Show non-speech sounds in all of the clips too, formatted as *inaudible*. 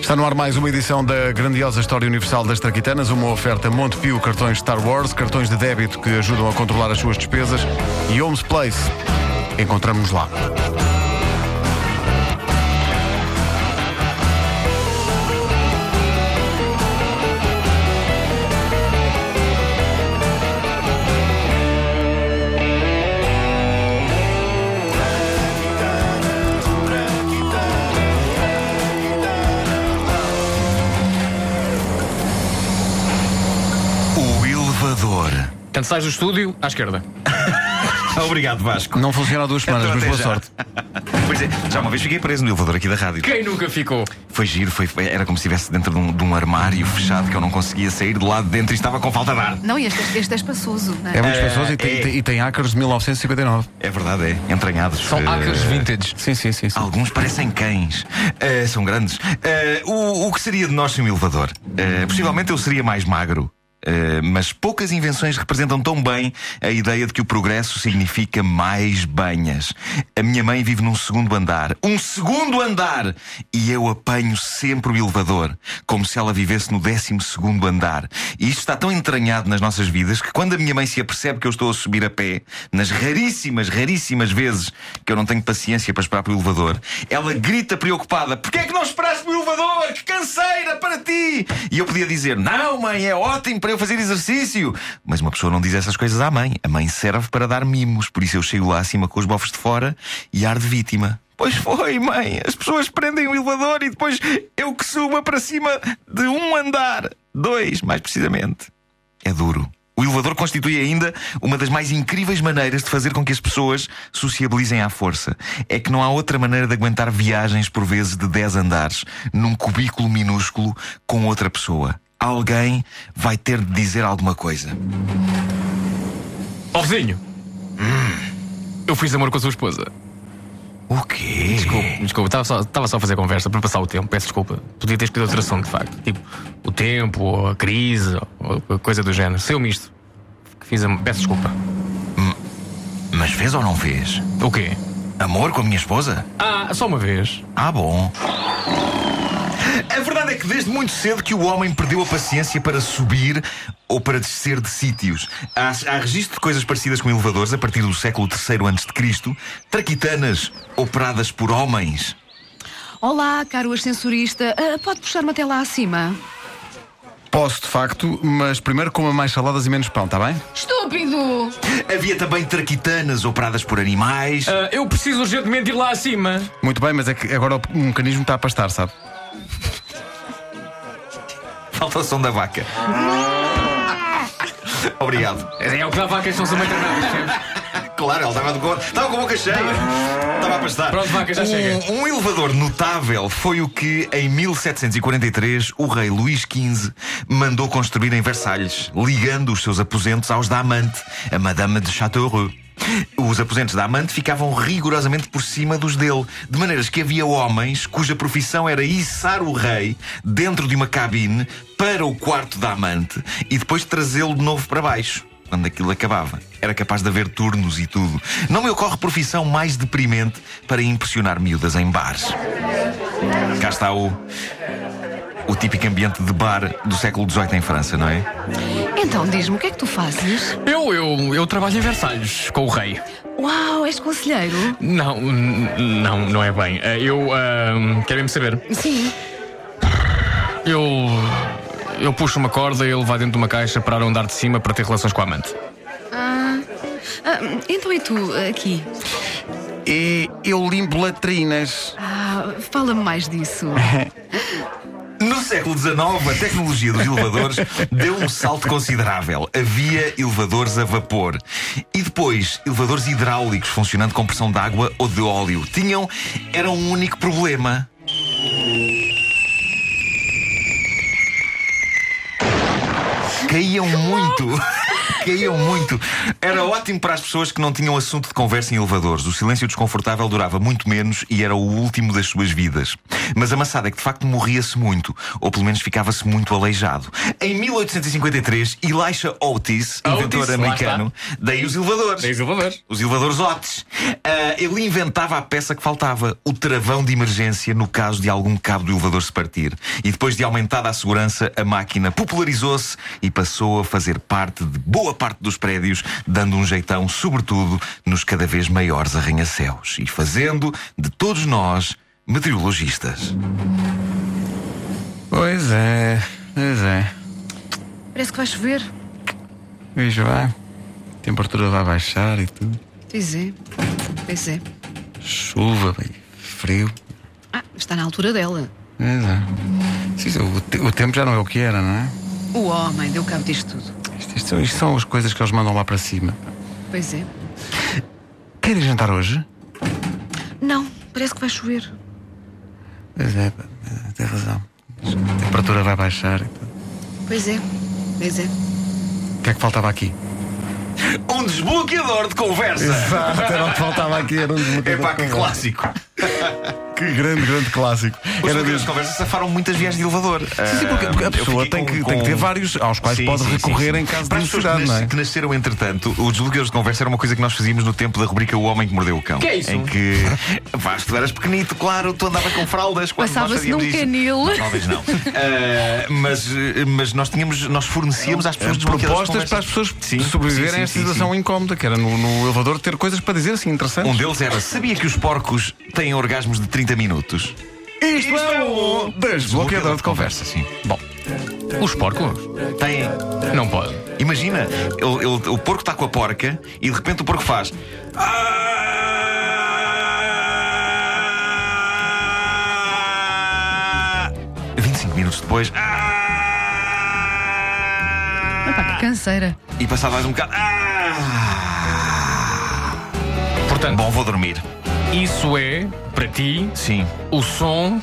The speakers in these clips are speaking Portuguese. Está no ar mais uma edição da grandiosa história universal das Traquitanas, uma oferta Montepio cartões Star Wars, cartões de débito que ajudam a controlar as suas despesas e Homes Place. Encontramos lá. O elevador. Portanto, sais do estúdio à esquerda. Obrigado, Vasco. Não funciona há duas semanas, Então, mas até boa já. sorte. Pois é, já uma vez fiquei preso no elevador aqui da rádio. Quem nunca ficou? Foi giro, foi, foi- era como se estivesse dentro de um, de um armário fechado que eu não conseguia sair de lá de dentro e estava com falta de ar. Não, este, este é espaçoso. Não é? É muitas pessoas e é. tem, tem- e tem ácaros de 1959. É verdade, é. Entranhados. São Eh, hackers vintage. Sim, sim, sim. sim. Alguns parecem cães. Eh, são grandes. Eh, o, o que seria de nós sem um elevador? Eh, possivelmente eu seria mais magro. Eh, mas poucas invenções representam tão bem a ideia de que o progresso significa mais banhas. A minha mãe vive num segundo andar. Um segundo andar! E eu apanho sempre o elevador, como se ela vivesse no décimo segundo andar. E isto está tão entranhado nas nossas vidas que quando a minha mãe se apercebe que eu estou a subir a pé, nas raríssimas, raríssimas vezes que eu não tenho paciência para esperar pelo elevador, ela grita preocupada: Porquê é que não esperaste pelo elevador? Que canseira para ti! E eu podia dizer: Não, mãe, é ótimo para eu fazer exercício. Mas uma pessoa não diz essas coisas à mãe. A mãe serve para dar mimos, por isso eu chego lá acima com os bofos de fora e ar de vítima. Pois foi, mãe. As pessoas prendem o elevador e depois eu que suba para cima de um andar. Dois, mais precisamente é duro. O elevador constitui ainda uma das mais incríveis maneiras de fazer com que as pessoas sociabilizem à força. É que não há outra maneira de aguentar viagens por vezes de 10 andares num cubículo minúsculo com outra pessoa. Alguém vai ter de dizer alguma coisa. Ó vizinho! Hum. Eu fiz amor com a sua esposa. O quê? Desculpa, desculpa, estava só, estava só a fazer conversa para passar o tempo, peço desculpa. Podia ter escolhido outra ação, de facto. Tipo, o tempo, ou a crise, ou ou coisa do género. Seu misto. Fiz amor, peço desculpa. Mas fez ou não fez? O quê? Amor com a minha esposa? Ah, só uma vez. Ah, bom. A verdade é que desde muito cedo que o homem perdeu a paciência para subir ou para descer de sítios. Há, há registro de coisas parecidas com elevadores a partir do século III a.C. Traquitanas operadas por homens. Olá, caro ascensorista. Ah, pode puxar-me até lá acima? Posso, de facto, mas primeiro coma mais saladas e menos pão, está bem? Estúpido! Havia também traquitanas operadas por animais. Ah, eu preciso urgentemente ir lá acima. Muito bem, mas é que agora o mecanismo está a pastar, sabe? Falta o som da vaca. Obrigado. É o que dava a questão se percebes? *laughs* Claro, ela estava de gordo. Estava com a boca cheia. Estava a pastar. Pronto, vaca, já um, chega. Um elevador notável foi o que, em 1743, o rei Luís XV mandou construir em Versalhes, ligando os seus aposentos aos da amante, a Madame de Chateauroux. Os aposentos da amante ficavam rigorosamente por cima dos dele, de maneiras que havia homens cuja profissão era içar o rei dentro de uma cabine para o quarto da amante e depois trazê-lo de novo para baixo quando aquilo acabava. Era capaz de haver turnos e tudo. Não me ocorre profissão mais deprimente para impressionar miúdas em bares. Cá está o. O típico ambiente de bar do século XVIII em França, não é? Então diz-me, o que é que tu fazes? Eu, eu, eu trabalho em Versalhes com o rei. Uau, és conselheiro? Não, n- não, não é bem. Ah, Eu ah, querem-me saber. Sim. Eu. Eu puxo uma corda e ele vai dentro de uma caixa para o andar de cima para ter relações com a amante. Ah, então e tu, aqui? E eu limpo latrinas. Ah, fala-me mais disso. No século XIX, a tecnologia dos elevadores deu um salto considerável. Havia elevadores a vapor e depois elevadores hidráulicos funcionando com pressão de água ou de óleo. Tinham era um único problema. Caíam muito. *laughs* Caíam muito. Era ótimo para as pessoas que não tinham assunto de conversa em elevadores. O silêncio desconfortável durava muito menos e era o último das suas vidas. Mas a maçada é que de facto morria-se muito, ou pelo menos ficava-se muito aleijado. Em 1853, Elisha Otis, inventor Otis, lá americano, daí os elevadores. Tens o valor. Os elevadores Otis. Ah, ele inventava a peça que faltava, o travão de emergência no caso de algum cabo do elevador se partir. E depois de aumentada a segurança, a máquina popularizou-se e passou a fazer parte de boa parte dos prédios, dando um jeitão, sobretudo, nos cada vez maiores arranha-céus. E fazendo de todos nós meteorologistas. Pois é, pois é. Parece que vai chover. Veja lá. A temperatura vai baixar e tudo. Pois é. Pois é. Chuva, bem, frio. Ah, está na altura dela. Pois é. Sim, o, te- o tempo já não é o que era, não é? O homem deu cabo disto tudo. Isto, isto são- isto são as coisas que eles mandam lá para cima. Pois é. Quer ir jantar hoje? Não, parece que vai chover. Pois é, pá, tem razão. A temperatura vai baixar e tudo. Pois é. Pois é. O que é que faltava aqui? Um desbloqueador de conversa! Exato, era o que faltava aqui, era um É desbloqueador pá, que de conversa. clássico! Que grande, grande clássico. Os Era desbloqueadores mesmo. de conversa safaram muitas viagens de elevador. Sim, sim, porque, porque a Ah, eu pessoa tem fiquei que, com- tem que ter com- vários aos quais Sim, pode sim, recorrer sim, sim. em caso de Para as pessoas necessidade, que, não é? nas- que nasceram entretanto, os desbloqueios de conversa era uma coisa que nós fazíamos no tempo da rubrica O Homem que Mordeu o Cão. Que é isso? *laughs* Em que Vasco, tu eras pequenito, claro, tu andavas com fraldas quando Passava-se nós fazíamos num isto. canil. Não, Talvez não. Ah, mas, eh, mas nós tínhamos, nós fornecíamos às pessoas desbloqueadores de Eh, Propostas para as conversa. pessoas Sim, sobreviverem sim, sim, a esta sim, situação incómoda, que era no, no elevador ter coisas para dizer assim interessantes. Um deles era: sabia que os porcos têm orgasmos de 30 minutos? Isto é um desbloqueador de conversa. conversa, sim. Bom, os porcos Tem. não podem. Imagina, ele- ele- o porco está com a porca e de repente o porco faz. "25 minutos depois Epá, que canseira. e passado mais um bocado Portanto, bom vou dormir isso é, para ti, sim o som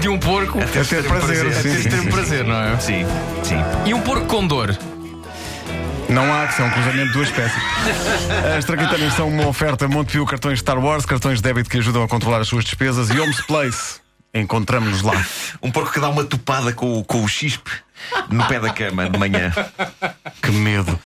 de um porco a É ter prazer. prazer, sim, é sim, ter sim. prazer, não é? sim sim E um porco com dor. Não há que ser um cruzamento de duas espécies. As traquitanas são uma oferta Montepio, cartões Star Wars, cartões de débito que ajudam a controlar as suas despesas e Homes Place. Encontramos-nos lá. um porco que dá uma topada com, o- com o chispe no pé da cama de manhã Que medo.